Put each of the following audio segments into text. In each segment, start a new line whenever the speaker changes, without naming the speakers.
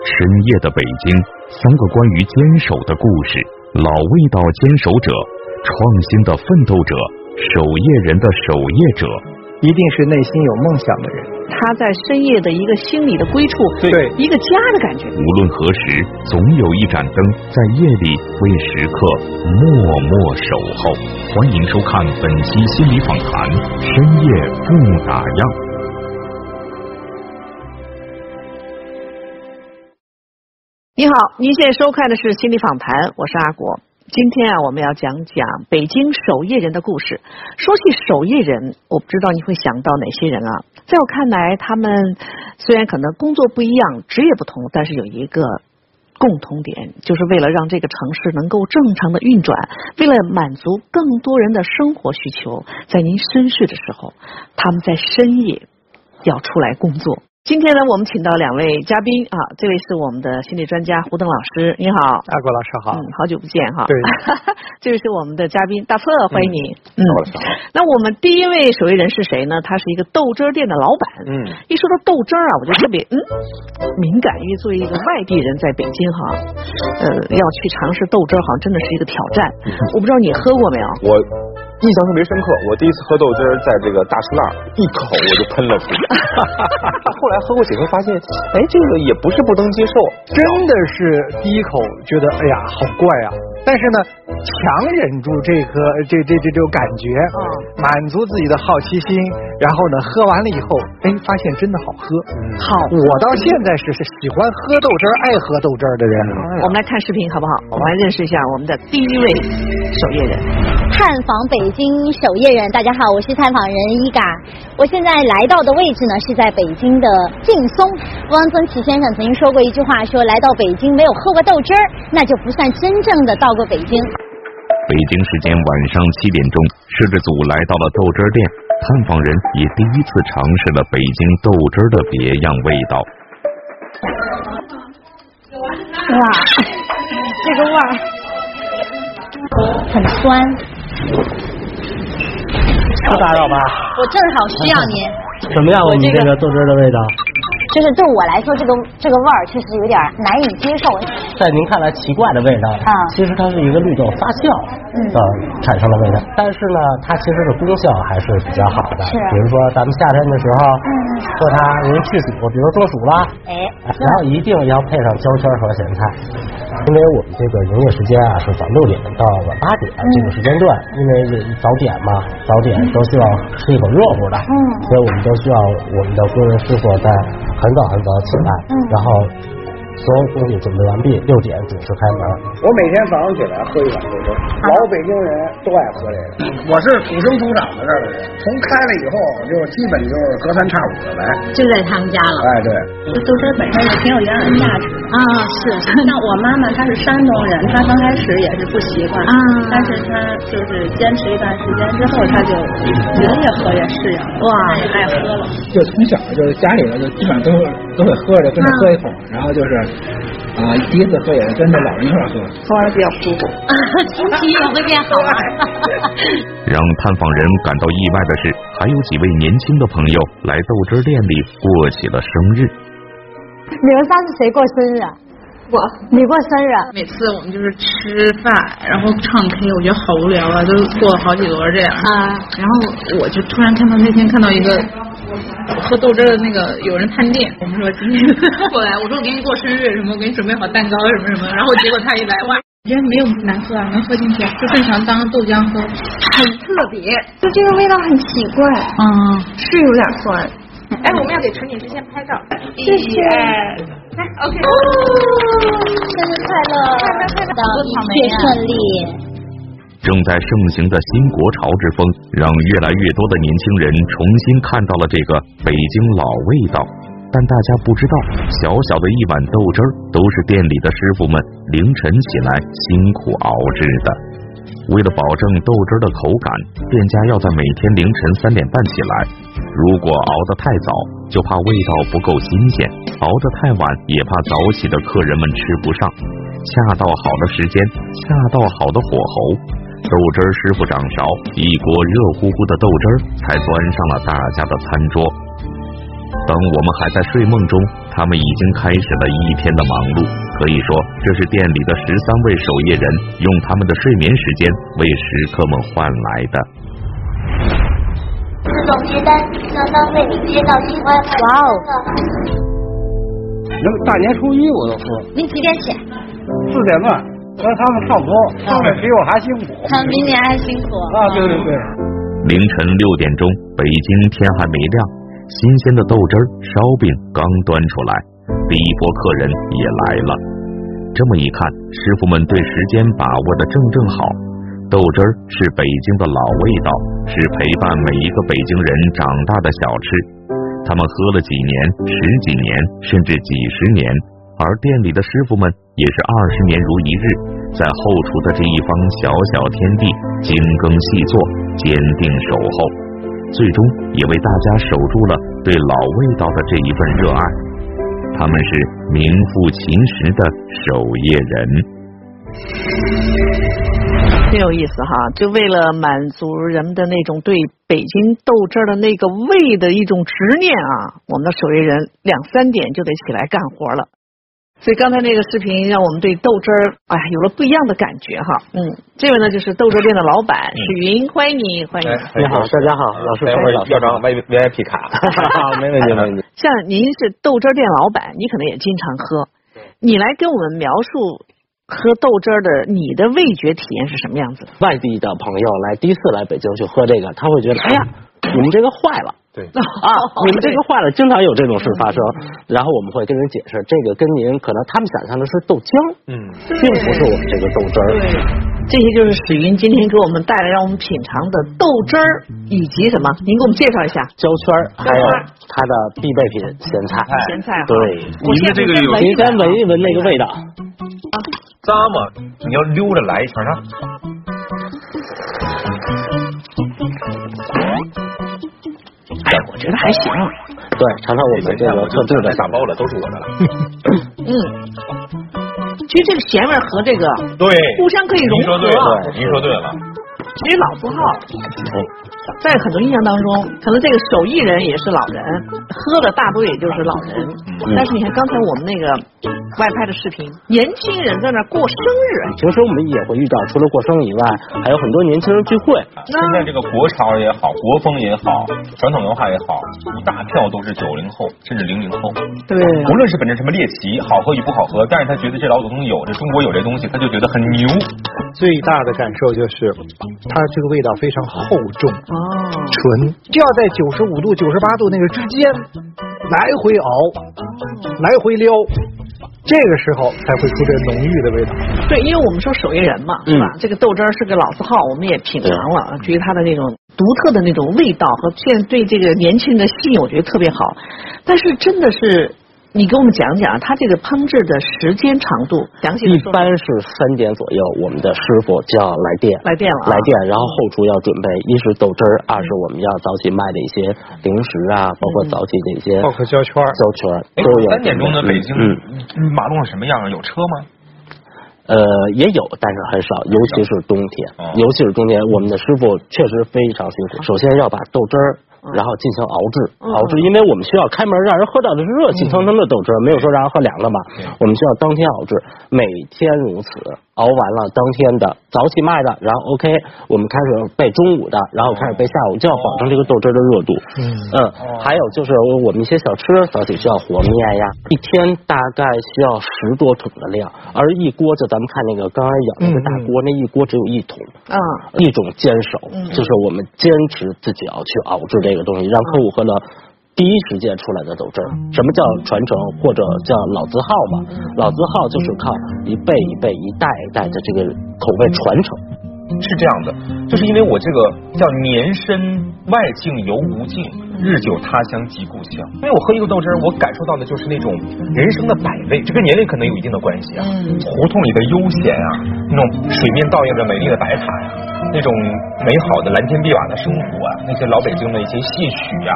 深夜的北京，三个关于坚守的故事：老味道坚守者、创新的奋斗者、守夜人的守夜者。
一定是内心有梦想的人。
他在深夜的一个心理的归处，
对
一个家的感觉。
无论何时，总有一盏灯在夜里为时刻默默守候。欢迎收看本期心理访谈《深夜不打烊》。
你好，您现在收看的是心理访谈，我是阿国。今天啊，我们要讲讲北京守夜人的故事。说起守夜人，我不知道你会想到哪些人啊？在我看来，他们虽然可能工作不一样，职业不同，但是有一个共同点，就是为了让这个城市能够正常的运转，为了满足更多人的生活需求，在您深睡的时候，他们在深夜要出来工作。今天呢，我们请到两位嘉宾啊，这位是我们的心理专家胡登老师，你好。
阿国老师好，
嗯，好久不见哈。
对，
这位是我们的嘉宾大策，欢迎你。嗯，
好的，
那我们第一位守夜人是谁呢？他是一个豆汁儿店的老板。
嗯，
一说到豆汁儿啊，我就特别嗯敏感，因为作为一个外地人在北京哈，呃，要去尝试豆汁儿，好像真的是一个挑战。
嗯
我不知道你喝过没有？
我印象特别深刻，我第一次喝豆汁儿在这个大栅栏，一口我就喷了出去。后来喝过几回，发现，哎，这个也不是不能接受。
真的是第一口觉得哎呀好怪啊，但是呢，强忍住这颗这这这种感觉，
嗯
满足自己的好奇心，然后呢，喝完了以后，哎，发现真的好喝。
嗯
好，
我到现在是是喜欢喝豆汁儿、爱喝豆汁儿的人。啊
我们来看视频好不好？我们来认识一下我们的第一位守夜人。
探访北京守夜人，大家好，我是探访人伊嘎。我现在来到的位置呢是在北京的劲松。汪曾祺先生曾经说过一句话，说来到北京没有喝过豆汁儿，那就不算真正的到过北京。
北京时间晚上七点钟，摄制组来到了豆汁儿店，探访人也第一次尝试了北京豆汁儿的别样味道。
哇，这个味儿很酸。
不打扰吧？
我正好需要您，
怎么样？我们这个豆汁儿的味道，
就是对我来说，这个这个味儿确实有点难以接受。
在您看来奇怪的味道
啊
其实它是一个绿豆发酵，
嗯
呃，产生的味道。但是呢，它其实的功效还是比较好的。
是啊
比如说咱们夏天的时候，
嗯
喝它容易去暑，比如中暑啦，
哎，
啊然后一定要配上焦圈和咸菜，因为我们这个营业时间啊是早六点到晚八点
嗯
这个时间段，因为早点嘛，早点都需要吃一口热乎的，
嗯
所以我们都需要我们的工人师傅在很早很早起来，
嗯
然后所有东西准备完毕，六点准时开门。
我每天早上起来喝一碗豆汁儿，老北京人都爱喝这个。嗯我是土生土长的这儿的人，从开了以后就基本就是隔三差五的来。
就在他们家了。
哎，对，
豆汁本身也挺有营养价值的。
啊，是是。
像我妈妈她是山东人，她刚开始也是不习惯，
啊
但是她就是坚持一段时间之后，她就人越喝越适应了，
哇
也爱哎喝了。
就从小就是家里头就基本上都都会喝着，跟
嗯
着喝一口，然后就是啊、第一次喝也是跟着老人一块儿喝。
喝完了比较舒服。
心情也会变好 吗？
让探访人感到意外的是，还有几位年轻的朋友来豆汁儿店里过起了生日。
你们班是谁过生日啊？我，你过生日啊？
每次我们就是吃饭，然后唱 K，我觉得好无聊啊，都过了好几轮这样。
啊
然后我就突然看到那天看到一个喝豆汁儿的那个有人探店，我们说今天 过来，我说我给你过生日什么，我给你准备好蛋糕什么什么，然后结果他一来哇。我觉得没有难喝啊，能喝进去，就正常当豆浆喝，很特别。
就这个味道很奇怪，
嗯，
是有点酸。
哎，我们要给成品之前拍照。
谢谢。
来，OK。
哦生日快乐，一
啊
切顺利。
正在盛行的新国潮之风，让越来越多的年轻人重新看到了这个北京老味道。但大家不知道，小小的一碗豆汁儿都是店里的师傅们凌晨起来辛苦熬制的。为了保证豆汁儿的口感，店家要在每天凌晨三点半起来。如果熬得太早，就怕味道不够新鲜；熬得太晚，也怕早起的客人们吃不上。恰到好的时间，恰到好的火候，豆汁儿师傅掌勺，一锅热乎乎的豆汁儿才端上了大家的餐桌。等我们还在睡梦中，他他们已经开始了一天的忙碌。可以说，这是店里的十三位守夜人用他们的睡眠时间为食客们换来的。
自动接单，刚刚为您接到新外卖。
哇哦！
那大年初一我都喝，
您几点起？
四点半和他们差不多，他们比我还辛苦。
他们比你还辛苦。
啊，对对对。
凌晨六点钟，北京天还没亮，新鲜的豆汁儿、烧饼刚端出来，第一波客人也来了。这么一看，师傅们对时间把握的正正好。豆汁儿是北京的老味道，是陪伴每一个北京人长大的小吃。他们喝了几年、十几年，甚至几十年，而店里的师傅们也是二十年如一日，在后厨的这一方小小天地，精耕细作，坚定守候，最终也为大家守住了对老味道的这一份热爱。他们是名副其实的守夜人。
挺有意思哈，就为了满足人们的那种对北京豆汁儿的那个味的一种执念啊，我们的守夜人两三点就得起来干活了。所以刚才那个视频让我们对豆汁儿，哎呀，有了不一样的感觉哈。嗯，这位呢就是豆汁儿店的老板许云，欢迎你，
哎
欢迎你。
你好，大家好，老师
待哎
好
会儿，要张 V V I P 卡， 没问题没问题。
像您是豆汁儿店老板，你可能也经常喝，你来给我们描述喝豆汁儿的你的味觉体验是什么样子的？
外地的朋友来第一次来北京去喝这个，他会觉得哎呀，你们这个坏了。
对，
啊
你们这个坏了，经常有这种事发生。然后我们会跟人解释，这个跟您可能他们想象的是豆浆，
嗯，
并不是我们这个豆汁儿。
这些就是史云今天给我们带来让我们品尝的豆汁儿以及什么？您给我们介绍一下
胶圈儿还有它的必备品咸菜。
咸菜哈。
对，
哎我现在
这个有
闻一闻
您先闻一闻那个味道，
咂么你要溜着来一圈啊。
哎，我觉得还行。
对，尝尝我们这个特制的
打包了，都是我的了。
嗯，其实这个咸味儿和这个
对，
互相可以融
您说
合
对
啊。嗯
了，您说对了。
其实老字号在很多印象当中，可能这个手艺人也是老人，喝的大多也就是老人。
嗯
但是你看刚才我们那个外拍的视频，年轻人在那儿过生日，
平时我们也会遇到，除了过生日以外，还有很多年轻人聚会。
现在这个国潮也好，国风也好，传统文化也好，一大票都是九零后甚至零零后。
对，啊
无论是本着什么猎奇，好喝与不好喝，但是他觉得这老祖宗有，这中国有这东西，他就觉得很牛。
最大的感受就是，它这个味道非常厚重、
哦。
醇，就要在九十五度、九十八度那个之间来回熬、来回撩，这个时候才会出这浓郁的味道。
对，因为我们说守夜人嘛，是
嗯
吧？这个豆汁儿是个老字号，我们也品尝了，啊觉得它的那种独特的那种味道和现在对这个年轻人的吸引，我觉得特别好。但是真的是，你给我们讲讲它这个烹制的时间长度，详细
一
的说
般是三点左右，我们的师傅就要来店。
来电了、啊，
来电，然后后厨要准备，一是豆汁儿，二是我们要早起卖的一些零食啊，包
嗯
括早起的一些
包括胶圈儿
胶圈儿
哎
都有
三
准备。，
点钟的北京
嗯，
马路上什么样？啊有车吗？
呃，也有，但是很少，尤其是冬天
哦，
尤其是冬天，我们的师傅确实非常辛苦。首先要把豆汁儿。然后进行熬制，
嗯
熬制，因为我们需要开门让人喝到的是热气腾腾的豆汁儿，没有说让人喝凉的吧
对。
我们需要当天熬制，每天如此，熬完了当天的早起卖的，然后 OK，我们开始备中午的，然后开始备下午，就要保证这个豆汁儿的热度。嗯，还有就是我们一些小吃，早起需要和面呀，一天大概需要十多桶的量，而一锅就咱们看那个刚才舀那个大锅，那一锅只有一桶。
啊，
一种坚守
嗯，
就是我们坚持自己要去熬制这个东西，让客户喝到第一时间出来的豆汁儿。什么叫传承或者叫老字号嘛？老字号就是靠一辈一辈、一代一代的这个口味传承。
是这样的，就是因为我这个叫年深外境犹无尽，日久他乡即故乡。因为我喝一个豆汁儿，我感受到的就是那种人生的百味，这跟年龄可能有一定的关系啊。
嗯
胡同里的悠闲啊，那种水面倒映着美丽的白塔呀、那种美好的蓝天碧瓦的生活啊，那些老北京的一些戏曲呀、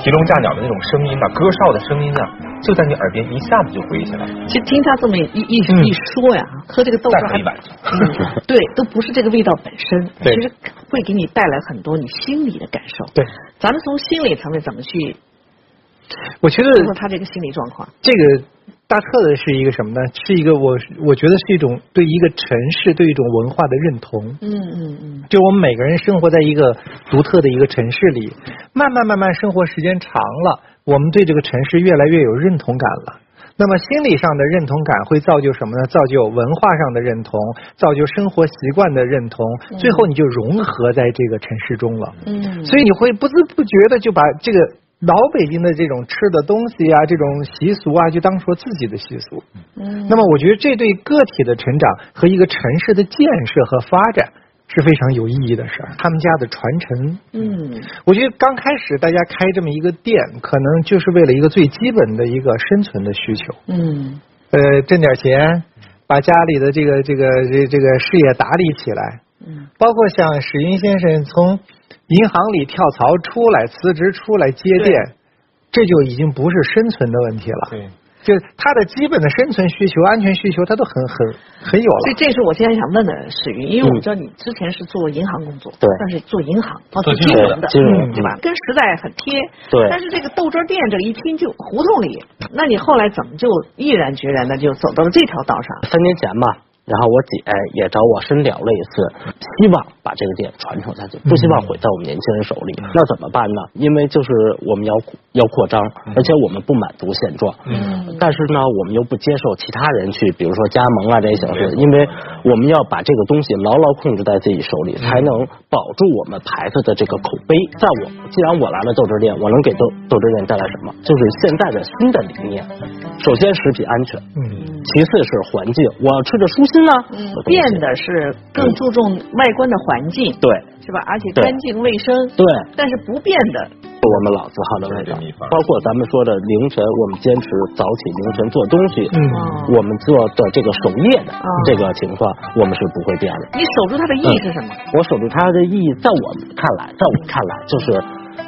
提笼架鸟的那种声音呐、啊歌哨的声音呐、啊就在你耳边一下子就回忆起来，
其实听他这么一一一
嗯
说呀，喝这个豆汁
再
儿
喝
还
一碗。
嗯对，都不是这个味道本身，
对
其实会给你带来很多你心理的感受。
对，
咱们从心理层面怎么去
我觉得
说说他这个心理状况。嗯
这个大彻的是一个什么呢？是一个我我觉得是一种对一个城市、对一种文化的认同。
嗯嗯嗯，
就我们每个人生活在一个独特的一个城市里，慢慢慢慢生活时间长了，我们对这个城市越来越有认同感了。那么心理上的认同感会造就什么呢？造就文化上的认同，造就生活习惯的认同，最后你就融合在这个城市中了。
嗯
所以你会不知不觉的就把这个老北京的这种吃的东西啊，这种习俗啊，就当做自己的习俗。
嗯
那么我觉得这对个体的成长和一个城市的建设和发展是非常有意义的事儿，他们家的传承。
嗯
我觉得刚开始大家开这么一个店，可能就是为了一个最基本的一个生存的需求，
嗯
呃，挣点钱，把家里的这个这个这这个事业打理起来。
嗯
包括像史云先生从银行里跳槽出来、辞职出来接店，这就已经不是生存的问题了。
对，
就是他的基本的生存需求、安全需求，他都很很很有
所以
了。
这是我今天想问的史云，因为我
嗯
知道你之前是做银行工作，
对
但是做银行，啊，
做
做
金
金
融
融的，
金融
对吧？跟时代很贴。
对
但是这个豆汁儿店，这个一听就胡同里，那你后来怎么就毅然决然的就走到了这条道上？
三年前吧，然后我姐也找我深聊了一次，希望把这个店传承下去，不希望毁在我们年轻人手里。那怎么办呢？因为就是我们要要扩张，而且我们不满足现状。
嗯
但是呢，我们又不接受其他人去，比如说加盟啊这些形式，因为我们要把这个东西牢牢控制在自己手里，才能保住我们牌子的这个口碑。在我既然我来了豆汁儿店，我能给豆豆汁儿店带来什么？就是现在的新的理念。首先，食品安全，
嗯，
其次是环境，我吃着舒心啊。
嗯
我东西
变的是更注重外观的环境，
对
是吧？而且
对
干净卫生。
对，
但是不变的，
是我们老字号的味
就
道
是这秘方，
包括咱们说的凌晨，我们坚持早起凌晨做东西，
嗯
哦、
我们做的这个守夜的
哦
这个情况，我们是不会变的。
你守住它的意义是什么？
我守住它的意义，在我看来，在我看来，就是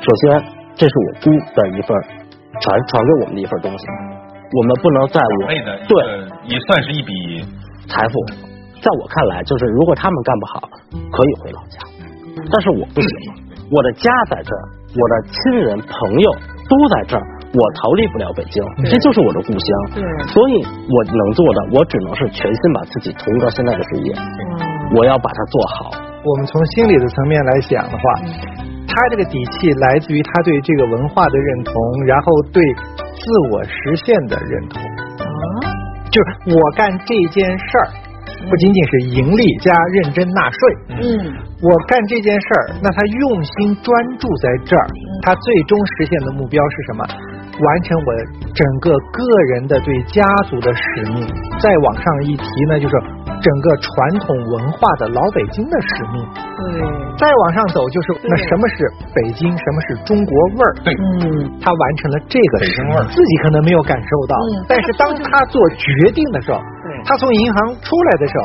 首先这是我姑的一份儿传传给我们的一份儿东西，我们不 能在我
为的
对
呃也算是一笔
财富，在我看来，就是如果他们干不好，可以回老家，但是我不行，我的家在这儿，我的亲人朋友都在这儿，我逃离不了北京，这就是我的故乡。
对
所以我能做的，我只能是全心把自己投入到现在的事业，
嗯
我要把它做好。
我们从心理的层面来想的话，
嗯
他这个底气来自于他对这个文化的认同，然后对自我实现的认同。
啊，
就是我干这件事儿，不仅仅是盈利加认真纳税，
嗯。
我干这件事儿，那他用心专注在这儿，他最终实现的目标是什么？完成我整个个人的对家族的使命。再往上一提呢，就是整个传统文化的老北京的使命。
对，
再往上走，就是那什么是北京，什么是中国味儿。
对
嗯，
他完成了这个使命，自己可能没有感受到
嗯，
但是当他做决定的时候，
对，
他从银行出来的时 候，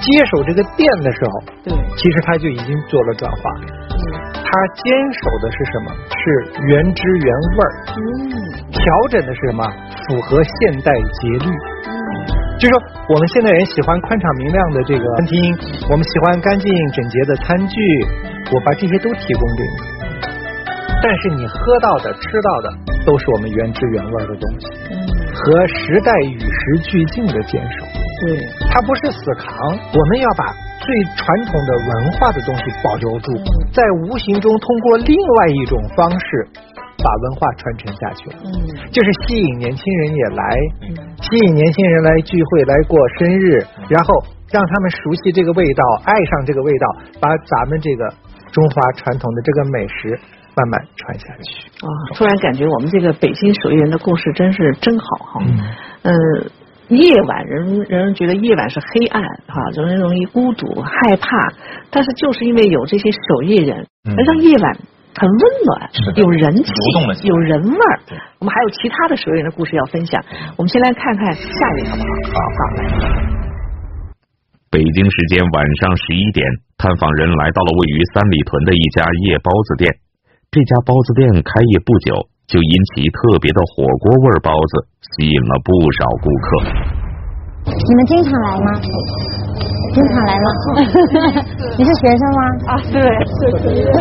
接手这个店的时候，
对，
其实他就已经做了转化。
嗯
他坚守的是什么？是原汁原味儿。
嗯
调整的是什么？符合现代节律。就说我们现代人喜欢宽敞明亮的这个餐厅，我们喜欢干净整洁的餐具，我把这些都提供给你。但是你喝到的、吃到的，都是我们原汁原味儿的东西，
嗯，
和时代与时俱进的坚守。
对，
它不是死扛，我们要把最传统的文化的东西保留住，在无形中通过另外一种方式把文化传承下去，
嗯
就是吸引年轻人也来，
嗯
吸引年轻人来聚会、来过生日，
嗯
然后让他们熟悉这个味道，爱上这个味道，把咱们这个中华传统的这个美食慢慢传下去。
啊，突然感觉我们这个北京手艺人的故事真是真好哈。嗯，夜晚人人觉得夜晚是黑暗哈，人人容易孤独害怕，但是就是因为有这些手艺人，
嗯
能让夜晚。很温暖
是，的
有人气
流动了，起来
有人味儿
对。
我们还有其他的手艺人的故事要分享，我们先来看看下一位好不好？好，来。
北京时间晚上十一点，探访人来到了位于三里屯的一家夜包子店。这家包子店开业不久，就因其特别的火锅味儿包子吸引了不少顾客。
你们经常来吗？经常来吗？ 你是学生吗？啊，对，是是。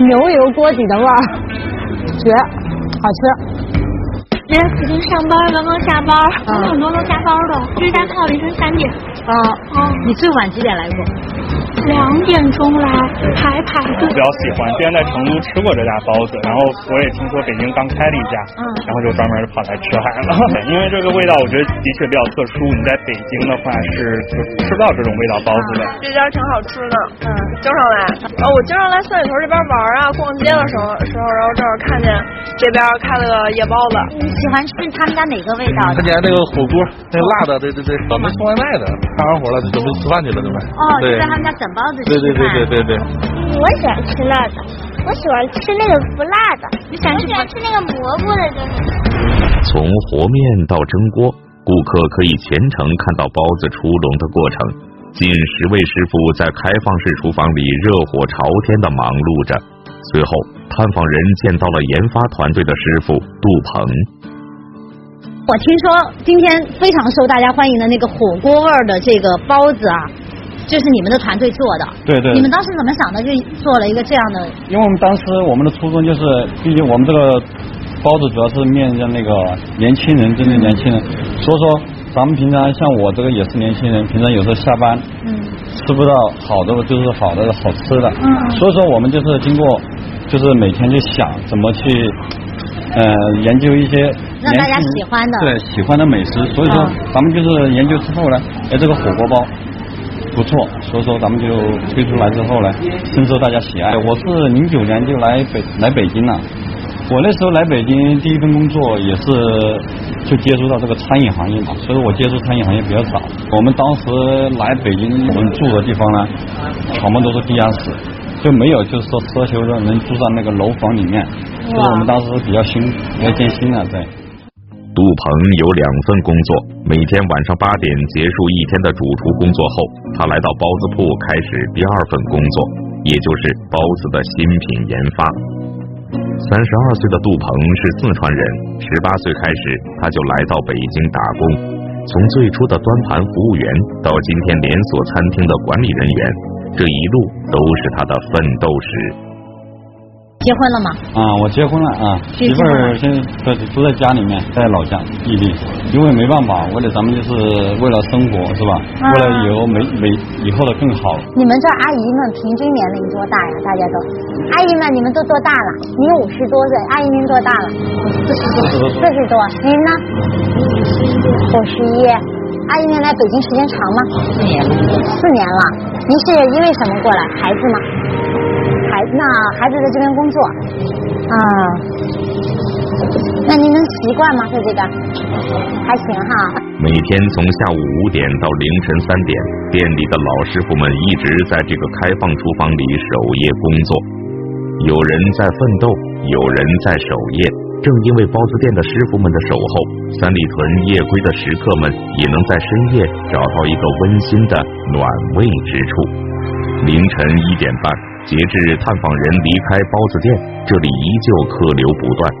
牛油锅底的味儿，绝，好吃。
觉得附近上班，刚刚下班，我们很多都加班的，这是大靠凌晨三点，
啊、你最晚几点来过？
哦两点钟来排排队。
比较喜欢，之前在成都吃过这家包子，然后我也听说北京刚开了一家，
嗯
然后就专门跑来吃来了。 因为这个味道，我觉得的确比较特殊。你在北京的话是就是吃不到这种味道包子的。
这家挺好吃的，嗯，经常来。呃、我经常来三里屯这边玩啊，逛街的时候时候，然后正好看见这边开了个夜包子。
你嗯喜欢吃他们家哪个味道
嗯他家那个火锅，那个辣的，对对对，我们送外卖的，干完活了准备吃饭去了，对吧？
嗯哦，就
对
在他们家整包子吃
对对对对
饭。
对对。
嗯我喜欢吃辣的，我喜欢吃那个不辣的。你喜欢吃？我喜欢吃那个蘑菇的东西。
从和面到蒸锅，顾客可以全程看到包子出笼的过程。近十位师傅在开放式厨房里热火朝天的忙碌着。随后，探访人见到了研发团队的师傅杜鹏。
我听说今天非常受大家欢迎的那个火锅味儿的这个包子啊，就是你们的团队做的。
对对
你们当时怎么想的？就做了一个这样的
因为我们当时我们的初衷就是，毕竟我们这个包子主要是面向那个年轻人，针对年轻人，所以说咱们平常像我这个也是年轻人，平常有时候下班
嗯
吃不到好的就是好的好吃的，
嗯
所以说我们就是经过就是每天去想怎么去呃研究一些
让大家
年轻人
喜欢的
对喜欢的美食，所以说
嗯
咱们就是研究之后呢，哎这个火锅包。不错，所以说咱们就推出来之后呢，深受大家喜爱。我是零九年就来北来北京了，啊我那时候来北京第一份工作也是就接触到这个餐饮行业嘛，所以我接触餐饮行业比较早。我们当时来北京，我们住的地方呢，全部都是地下室，就没有就是说奢求着能住到那个楼房里面，所以我们当时比较辛比较艰辛了，啊对。
杜鹏有两份工作，每天晚上八点结束一天的主厨工作后，他来到包子铺开始第二份工作，也就是包子的新品研发。三十二岁的杜鹏是四川人，十八岁开始他就来到北京打工，从最初的端盘服务员到今天连锁餐厅的管理人员，这一路都是他的奋斗史。
结婚了吗？
啊，我结婚了啊，
结婚
媳妇
了
儿现在在都在家里面，在老家异地，因为没办法，为了咱们就是为了生活是吧？
啊
为了以后没没以后的更好。
你们这阿姨们平均年龄多大呀？大家都，阿姨们你们都多大了？您五十多岁，阿姨您多大了？
十多岁
四十多。您呢？五十一。阿姨您来北京时间长吗？四年。四年了。您是因为什么过来？孩子吗？孩那孩子在这边工作。啊。那您能习惯吗？在这边？还行哈。
每天从下午五点到凌晨三点，店里的老师傅们一直在这个开放厨房里守夜工作。有人在奋斗，有人在守夜。正因为包子店的师傅们的守候，三里屯夜归的食客们也能在深夜找到一个温馨的暖胃之处。凌晨一点半，截至探访人离开包子店，这里依旧客流不断。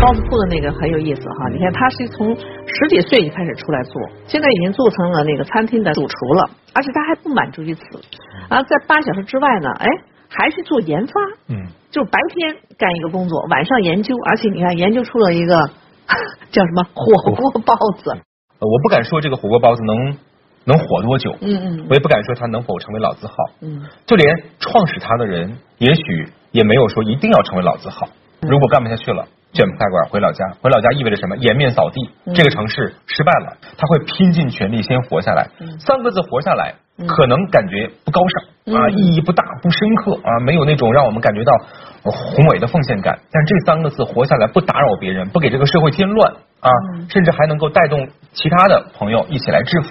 包子铺的那个很有意思哈，你看他是从十几岁就开始出来做，现在已经做成了那个餐厅的主厨了，而且他还不满足于此，啊，在八小时之外呢，哎，还去做研发，
嗯，
就是白天干一个工作，晚上研究，而且你看研究出了一个 叫什么火锅包子，
呃我不敢说这个火锅包子能能火多久，
嗯嗯
我也不敢说它能否成为老字号，
嗯，
就连创始它的人，也许也没有说一定要成为老字号。如果干不下去了，卷铺盖管回老家，回老家意味着什么？颜面扫地，
嗯
这个城市失败了，他会拼尽全力先活下来。三个字活下来，可能感觉不高尚啊，
嗯
意义不大，不深刻啊，没有那种让我们感觉到呃宏伟的奉献感。但这三个字活下来，不打扰别人，不给这个社会添乱啊，甚至还能够带动其他的朋友一起来致富，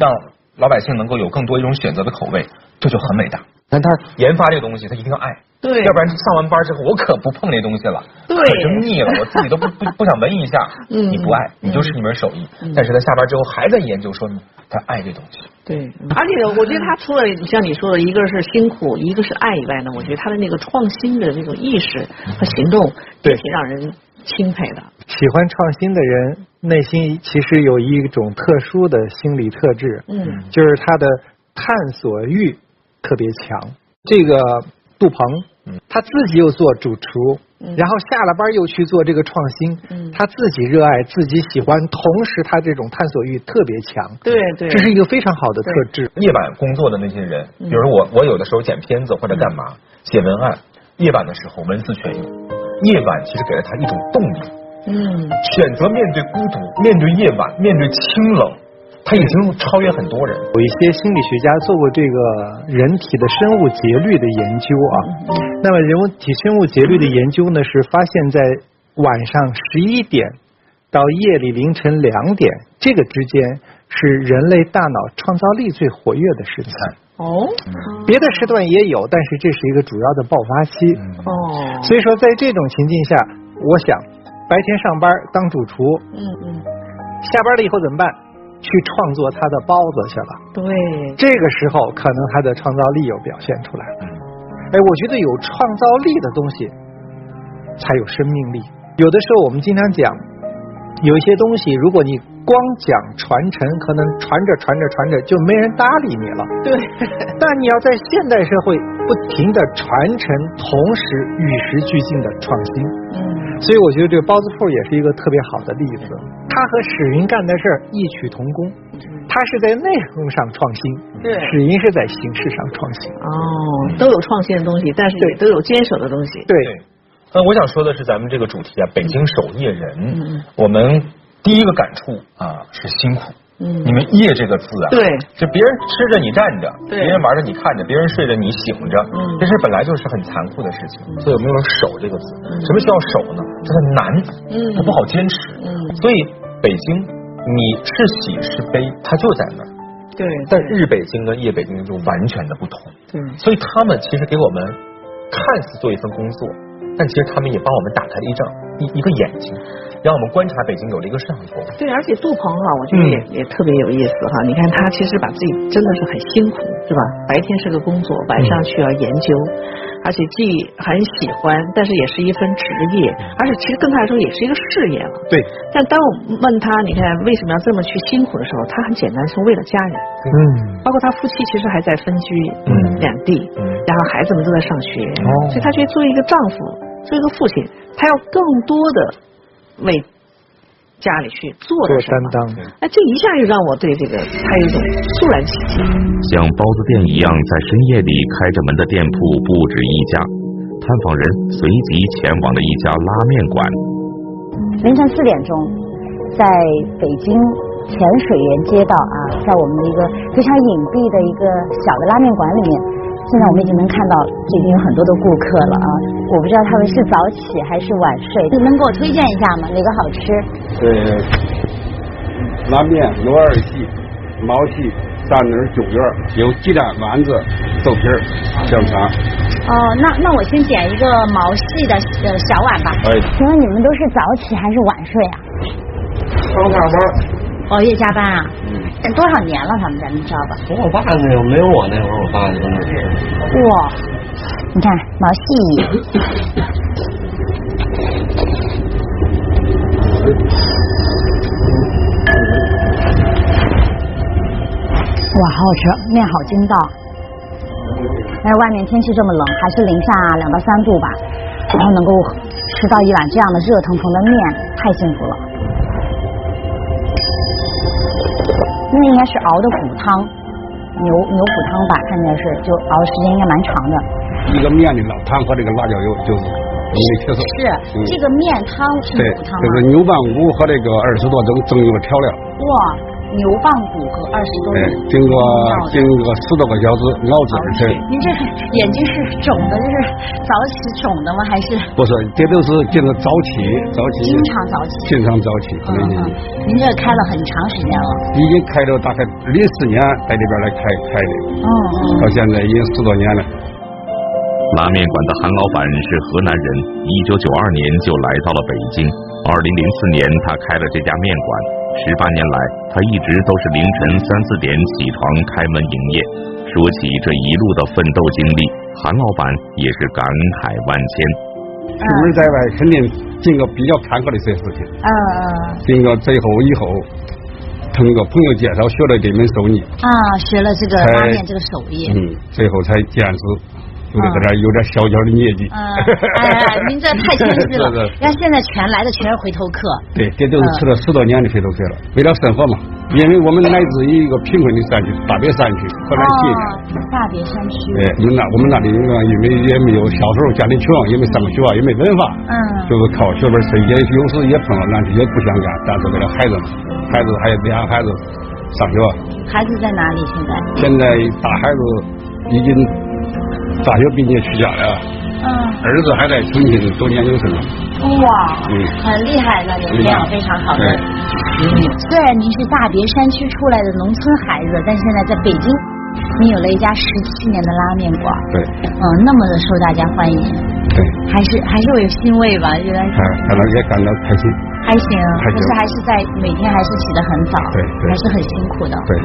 让老百姓能够有更多一种选择的口味，这就很伟大。但他研发这个东西，他一定要爱，
对
要不然上完班之后，我可不碰这东西了，
对
哎
可真腻了，我自己都不不不想闻一下。
嗯
你不爱，你就是一门手艺，但是他下班之后还在研究，说你他爱这东西。
对，而且我觉得他除了像你说的，一个是辛苦，一个是爱以外呢，我觉得他的那个创新的那种意识和行动，也挺让人钦佩的。
喜欢创新的人内心其实有一种特殊的心理特质，
嗯
就是他的探索欲特别强。这个杜
嗯
鹏，他自己又做主厨，然后下了班又去做这个创
嗯
新，他自己热爱，自己喜欢，同时他这种探索欲特别强，
对对，
这是一个非常好的特质。
夜晚工作的那些人，
嗯
比如我，我有的时候剪片子或者干嘛写文案，夜晚的时候文字泉涌，夜晚其实给了他一种动力，
嗯，
选择面对孤独，面对夜晚，面对清冷。他已经超越很多人。
有一些心理学家做过这个人体的生物节律的研究啊。
嗯
那么人体生物节律的研究呢，是发现在晚上十一点到夜里凌晨两点这个之间，是人类大脑创造力最活跃的时间。
哦，
别的时段也有，但是这是一个主要的爆发期。
哦，
所以说在这种情境下，我想白天上班当主厨，
嗯嗯，
下班了以后怎么办？去创作他的包子去了，
对，
这个时候可能他的创造力又表现出来了。哎，我觉得有创造力的东西才有生命力。有的时候我们经常讲，有一些东西，如果你光讲传承，可能传着传着传着就没人搭理你了。
对，
但你要在现代社会不停的传承，同时与时俱进的创新。
嗯，
所以我觉得这个包子铺也是一个特别好的例子。他和史云干的事儿异曲同工，他是在内容上创新，
嗯对
史云是在形式上创新。
哦，都有创新的东西，但是也都有坚守的东西。
对，
呃，我想说的是咱们这个主题啊，北京守夜人，
嗯
我们第一个感触啊是辛苦。
嗯
你们“夜”这个字啊，
对，
是别人吃着你站着，
对
别人玩着你看着，别人睡着你醒着，
嗯
这事本来就是很残酷的事情。所以我们用了“守”这个字，什么叫守呢？这很难，
嗯
它不好坚持。
嗯，
所以北京，你是喜是悲，它就在那儿。
对，
但日北京跟夜北京就完全的不同。
对，
所以他们其实给我们看似做一份工作，但其实他们也帮我们打开了一张一一个眼睛，让我们观察北京有了一个上头。
对，而且杜鹏哈、我觉得也、也特别有意思哈、你看他其实把自己真的是很辛苦，是吧？白天是个工作，晚上去要研究，而且既很喜欢，但是也是一份职业，而且其实对他来说也是一个事业了。
对，
但当我问他，你看为什么要这么去辛苦的时候，他很简单，是为了家人。
嗯，
包括他夫妻其实还在分居
嗯
两地，然后孩子们都在上学，
哦
所以他觉得作为一个丈夫，作为一个父亲，他要更多的为家里去做
做
点什
担
么。
当。
哎，这一下就让我对这个他有一种肃然起敬。
像包子店一样在深夜里开着门的店铺不止一家，探访人随即前往了一家拉面馆。
凌晨四点钟，在北京浅水园街道啊，在我们的一个非常隐蔽的一个小的拉面馆里面，现在我们已经能看到这已经有很多的顾客了啊！我不知道他们是早起还是晚睡，你能给我推荐一下吗？哪个好吃？
对，拉面螺二细、毛细、大米儿、九月儿，有鸡蛋、丸子、豆皮儿、香肠。
哦，那那我先点一个毛细的呃小碗吧。
哎
请问你们都是早起还是晚睡啊？
刚下班。
哦，夜加班啊？嗯。多少年了？他们咱们知道吧？
从我爸那会儿没有我那会儿，我爸就在那儿。
哇，你看毛细，哇，好好吃，面好筋道。但是外面天气这么冷，还是零下两到三度吧，然后能够吃到一碗这样的热腾腾的面，太幸福了。那应该是熬的骨汤，牛牛骨汤吧，看起来是就熬的时间应该蛮长的。
一个面里老汤和这个辣椒油就没缺少。
是
嗯
这个面汤是
对，
牛骨汤啊吗
就？是牛棒骨和这个二十多种增用的调料，
哇，牛棒骨和二十多
哎
种。，
经过经过十多个小时熬制而成。
您这是眼睛是肿的，这是早起肿的吗？还是
不是，这都是经过早起，早起，
经常早起？
经常早起，可能
嗯您这开了很长时间了。
已经开了大概零四年在这边来开开的，
嗯嗯。
到现在已经十多年了。
拉面馆的韩老板是河南人，一九九二年就来到了北京。二零零四年，他开了这家面馆。十八年来，他一直都是凌晨三四点起床开门营业。说起这一路的奋斗经历，韩老板也是感慨万千。
出门在外肯定经过比较坎坷的一些事情，
嗯嗯
经过最后以后，通过朋友介绍学了这门手艺，
啊，学了这个拉面
哎
这个手艺。
嗯，最后才坚持就得搁这儿有点小小的业绩。
哎呀，您这太谦虚 了
是是。
人家现在全来的全是回头客，
对，这都是吃了十多年的肥头客了。为了生活嘛，因为我们来自于一个贫困的山区，大别山区，河南西安。
哦，大别山区。
对，我们那哎我们那里因为因为也没有小时候家里穷，也没上过学，也没文化，
嗯
就是靠学本儿吃。也有时候也碰到难题，也不想干，但是为了孩子嘛，孩子还有俩孩子上学，
孩子在哪里现在？
现在大孩子已经大学毕业去家了，
嗯，
儿子还在重庆读研究生呢。
哇，
嗯
很厉害的，有
嗯
这样非常好的
对
子女。虽然您是大别山区出来的农村孩子，但现在在北京，你有了一家十七年的拉面馆，
对，
嗯，那么的受大家欢迎，
对，
还是还是会有欣慰吧？原来
哎，感到也感到开心。
还行，
还
可
行
是还是在每天还是起得很早，
对对
还是很辛苦的。
对，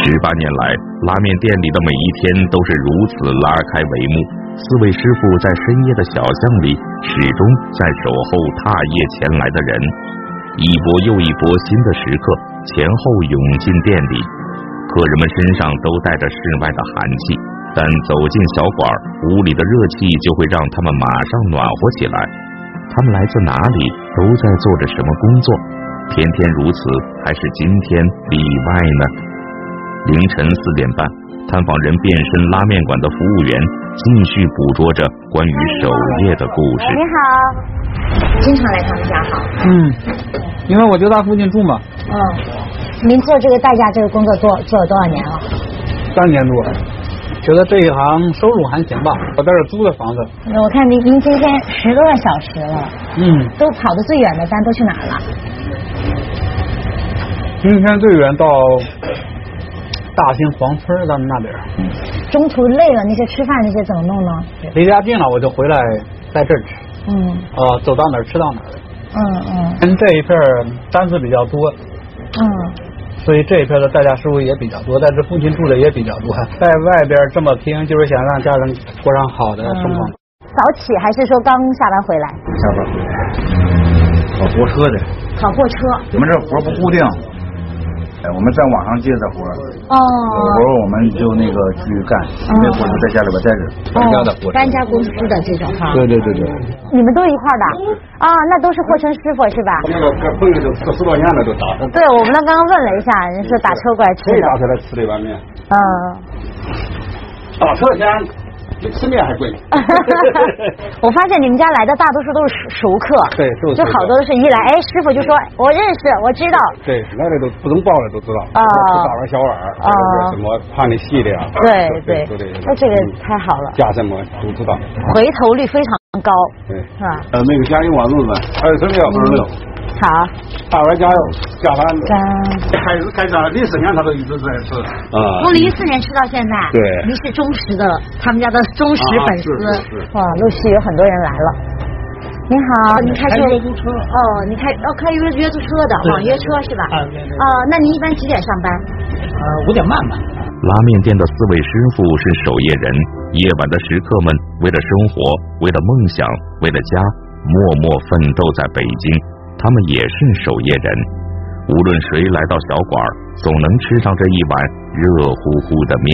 十八年来，拉面店里的每一天都是如此拉开帷幕。四位师傅在深夜的小巷里，始终在守候踏夜前来的人。一波又一波新的食客前后涌进店里，客人们身上都带着室外的寒气，但走进小馆儿，屋里的热气就会让他们马上暖和起来。他们来自哪里，都在做着什么工作？天天如此，还是今天例外呢？凌晨四点半，探访人变身拉面馆的服务员继续捕捉着关于守夜的故事。
哎你好，经常来他们家好。
嗯，因为我就在附近住嘛，
嗯，您做这个代驾这个工作做做了多少年了？
三年多，觉得这一行收入还行吧。我在这儿租的房子，
呃我看您您今天十多个小时了，
嗯，
都跑的最远的单都去哪儿了？
今天最远到大兴黄村儿咱们那边儿，
中途累了，那些吃饭那些怎么弄呢？
离家近了我就回来在这儿吃，
嗯
啊、走到哪儿吃到哪儿。
嗯嗯
嗯，这一片儿单子比较多，
嗯，
所以这一片儿的代驾师傅也比较多，在这附近住的也比较多。在外边儿这么拼，就是想让家人过上好
呃
的生活。
早起还是说刚下班回来？
嗯下班回来，跑货车的，
跑货车。
我们这活不固定，哎，我们在网上接的活，
哦。
有活我们就那个去干，没活就在家里边待着，
哦单家公司的这种哈。
对对对对。
你们都一块儿的啊？那都是货车师傅是吧？
那个这朋友都四十多年了，都打上。
对，我们那刚刚问了一下，人说打车过来吃
谁
的
打。出来吃这碗面？
嗯。
打车钱比吃面还贵。
我发现你们家来的大多数都是熟熟客，
对都是
就
熟客
好多都是一来，哎，师傅就说我认识，我知道，
对，来了都不能报了都知道，
啊
大碗小碗，
啊
什么胖的细的啊，
对对
都得，
那这个太好了，
嗯加什么都知道。
回头率非常高，
对，
是吧？
呃，那个加油网路子，二十
嗯
六二十六，
好，
大碗加油，加班子。
干。
开始开张零四年他都一直在吃啊
从零四年吃到现在，
对
您是忠实的他们家的忠实
啊
粉丝
是是是，
哇，陆续有很多人来了。您好，您哦开车
开
租车哦，您开哦开约约租车的
对
网约车是吧？
啊对对对
哦，那您一般几点上班？
呃，五点半吧。
拉面店的四位师傅是守夜人，夜晚的食客们为了生活，为了梦想，为了家，默默奋斗在北京。他们也是守夜人，无论谁来到小馆儿，总能吃上这一碗热乎乎的面。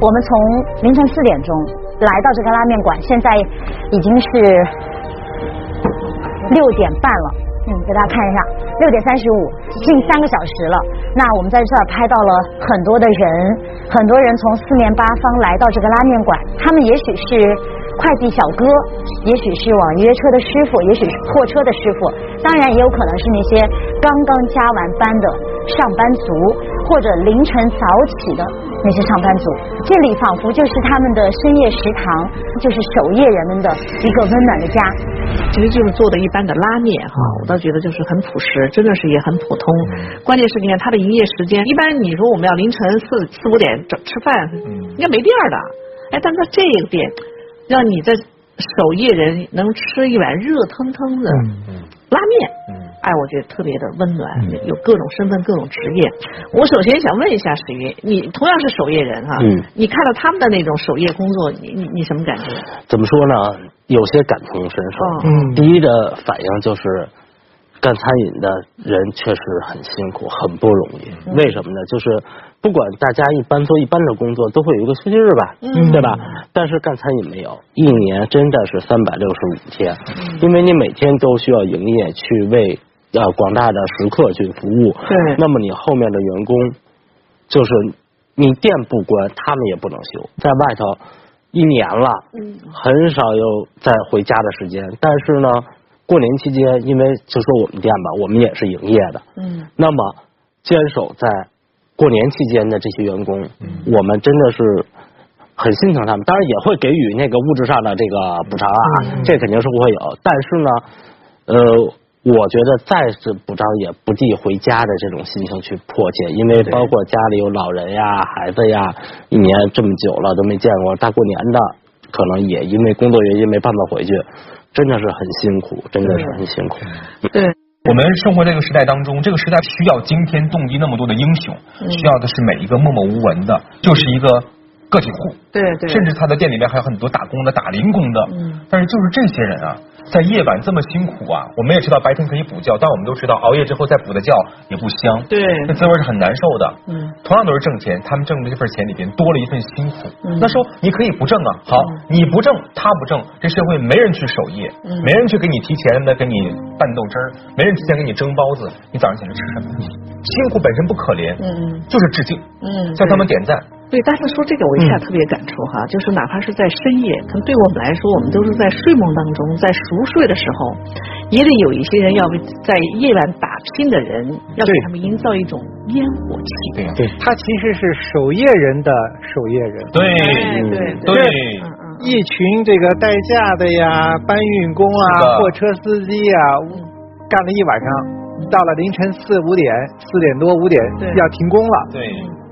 我们从凌晨四点钟来到这个拉面馆，现在已经是六点半了。嗯，给大家看一下，六点三十五，近三个小时了。那我们在这儿拍到了很多的人，很多人从四面八方来到这个拉面馆，他们也许是快递小哥，也许是网约车的师傅，也许是货车的师傅，当然也有可能是那些刚刚加完班的上班族，或者凌晨早起的那些上班族。这里仿佛就是他们的深夜食堂，就是守夜人们的一个温暖的家。
其实就是做的一般的拉面哈，啊我倒觉得就是很朴实，真的是也很普通。关键是你看它的营业时间，一般你说我们要凌晨四四五点整吃饭，
嗯
应该没地儿的。哎，但它这个店，让你在守夜人能吃一碗热腾腾的
嗯
拉面，哎，我觉得特别的温暖，
嗯
有各种身份、各种职业。我首先想问一下史云，你同样是守夜人哈，
嗯
你看到他们的那种守夜工作，你你你什么感觉？
怎么说呢？有些感同身受。
嗯
第一的反应就是干餐饮的人确实很辛苦，很不容易。
嗯
为什么呢？就是不管大家一般做一般的工作，都会有一个休息日吧，
嗯
对吧？但是干餐饮没有，一年真的是三百六十五天，因为你每天都需要营业去为呃广大的食客去服务。
对
那么你后面的员工，就是你店不关，他们也不能休，在外头一年了。
嗯
很少有再回家的时间。但是呢，过年期间，因为就说我们店吧，我们也是营业的，
嗯
那么坚守在过年期间的这些员工，我们真的是。很心疼他们，当然也会给予那个物质上的这个补偿啊，这肯定是会有。但是呢，呃，我觉得再次补偿也不计回家的这种心情去迫切，因为包括家里有老人呀、孩子呀，一年这么久了都没见过，大过年的可能也因为工作原因没办法回去，真的是很辛苦，真的是很辛苦。
对，
我们生活这个时代当中，这个时代需要惊天动地那么多的英雄，
嗯
需要的是每一个默默无闻的，就是一个个体户，
对对，
甚至他的店里面还有很多打工的、打零工的。
嗯
但是就是这些人啊，在夜晚这么辛苦啊，我们也知道白天可以补觉，但我们都知道熬夜之后再补的觉也不香，
对
那滋味是很难受的。
嗯
同样都是挣钱，他们挣的这份钱里边多了一份辛苦。
嗯
那说你可以不挣啊，好，你不挣，他不挣，这社会没人去守夜，
嗯
没人去给你提前的给你拌豆汁儿，没人提前给你蒸包子，你早上起来吃什么？辛苦本身不可怜，
嗯
就是致敬，
嗯，
向他们点赞。
对，大家说这个我一下特别感触哈，就是哪怕是在深夜，可能对我们来说，我们都是在睡梦当中，在熟睡的时候，也得有一些人要为在夜晚打拼的人，要给他们营造一种烟火气。
对呀
对，他其实是守夜人的守夜人。
对
嗯
对
就
对
是
嗯
嗯
一群这个代驾的呀、搬运工
是的
啊、货车司机呀，干了一晚
嗯
上，到了凌晨四五点、四点多五点
对
要停工了。
嗯
对，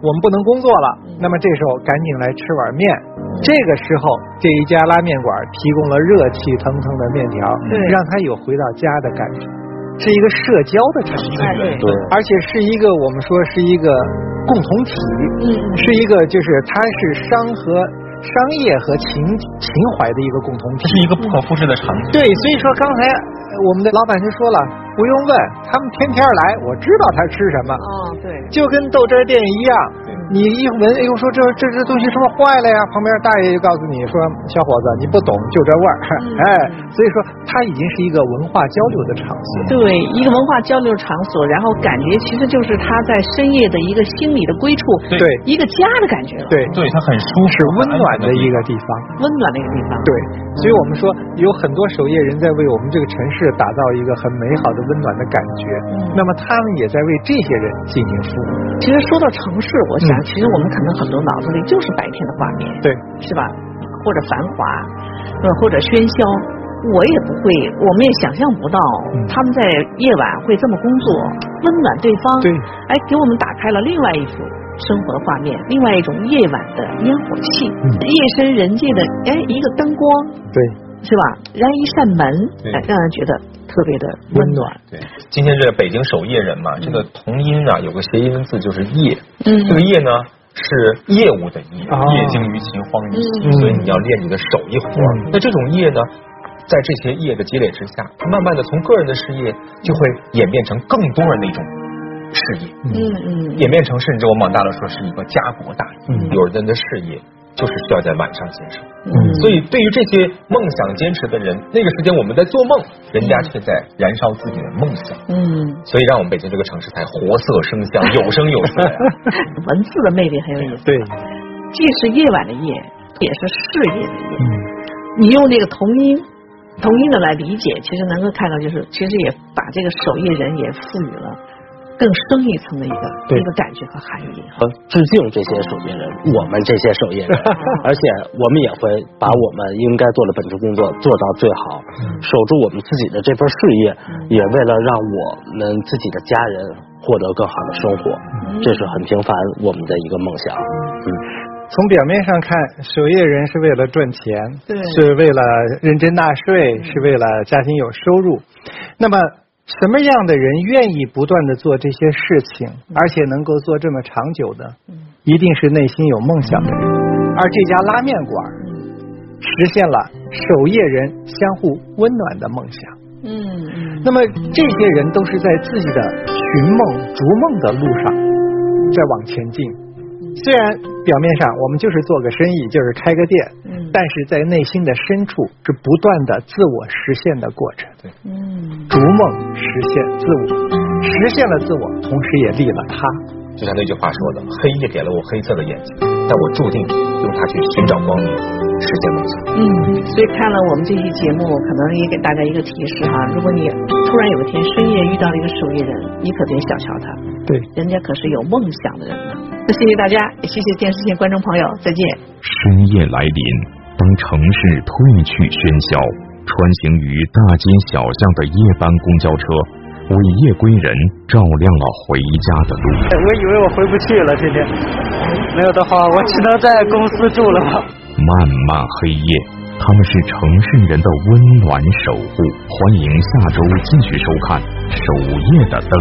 我们不能工作了，
嗯
那么这时候赶紧来吃碗面。这个时候，这一家拉面馆提供了热气腾腾的面条，
对
让他有回到家的感觉，是一个社交的场景，
哎对对
而且是一个我们说是一个共同体，
嗯
是一个就是它是商和商业和情情怀的一个共同体，
是一个不可复制的场景。
对，所以说刚才呃我们的老板就说了，不用问，他们天天来，我知道他吃什么。
哦，对，
就跟豆汁儿店一样，你一闻，哎呦，说这这这东西是不是坏了呀？旁边大爷就告诉你说，小伙子，你不懂，就这味儿。哎，所以说它已经是一个文化交流的场所。
对，一个文化交流场所，然后感觉其实就是他在深夜的一个心理的归处，
对
一个家的感觉了，
对，
对，它很舒
服，是温暖的一个地方。
温暖的一个地方。
对，所以我们说有很多守夜人在为我们这个城市打造一个很美好的温暖的感觉，那么他们也在为这些人进行服务。
其实说到城市，我想，其实我们可能很多脑子里就是白天的画面，
对，
是吧？或者繁华，呃，或者喧嚣，我也不会，我们也想象不到他们在夜晚会这么工作，温暖对方，对，哎，给我们打开了另外一幅生活的画面，另外一种夜晚的烟火气，夜深人静的，哎，一个灯光，
对，
是吧？燃一扇门，
对
哎，让人觉得特别的温暖，
对，今天这个北京守夜人嘛，这个同音啊有个谐音字就是夜，
嗯
这个夜呢是业务的业，
哦
业精于勤，荒于
嗯
嬉，所以你要练你的手艺活儿。那这种业呢，在这些业的积累之下，它慢慢的从个人的事业就会演变成更多人的一种事业，
嗯嗯
演变成甚至我往大了说是一个家国大业。
嗯
有人的事业就是需要在晚上坚守。
嗯
所以，对于这些梦想坚持的人，那个时间我们在做梦，人家却在燃烧自己的梦想。
嗯。
所以让我们北京这个城市才活色生香，有声有 色呀。
文字的魅力很有意思。
对，
既是夜晚的夜，也是事业的夜。你用这个同音。同音的来理解，其实能够看到，就是其实也把这个守夜人也赋予了更深一层的一个
对
一个感觉和含义。
呃，致敬这些守夜人，我们这些守夜人，而且我们也会把我们应该做的本职工作做到最好，守住我们自己的这份事业，也为了让我们自己的家人获得更好的生活，这是很平凡我们的一个梦想。
从表面上看，守夜人是为了赚钱，
对嗯
是为了认真纳税，是为了家庭有收入。那么，什么样的人愿意不断的做这些事情，
嗯
而且能够做这么长久的？一定是内心有梦想的人。而这家拉面馆儿实现了守夜人相互温暖的梦想。
嗯，
那么这些人都是在自己的寻梦、逐梦的路上在往前进。虽然表面上我们就是做个生意，就是开个店，但是在内心的深处是不断的自我实现的过程。对，嗯，逐梦实现自我，实现了自我，同时也立了他。
就像那句话说的，黑夜给了我黑色的眼睛，但我注定用它去寻找光明，实现梦想。
嗯，所以看了我们这期节目，可能也给大家一个提示哈、如果你突然有一天深夜遇到了一个守夜人，你可别小瞧他，
对，
人家可是有梦想的人呢。那谢谢大家，也谢谢电视线观众朋友，再见。
深夜来临，当城市褪去喧嚣，穿行于大街小巷的夜班公交车，为夜归人照亮了回家的路。
我以为我回不去了，今天没有的话，我只能在公司住了。
漫漫黑夜，他们是城市人的温暖守护。欢迎下周继续收看《守夜的灯》。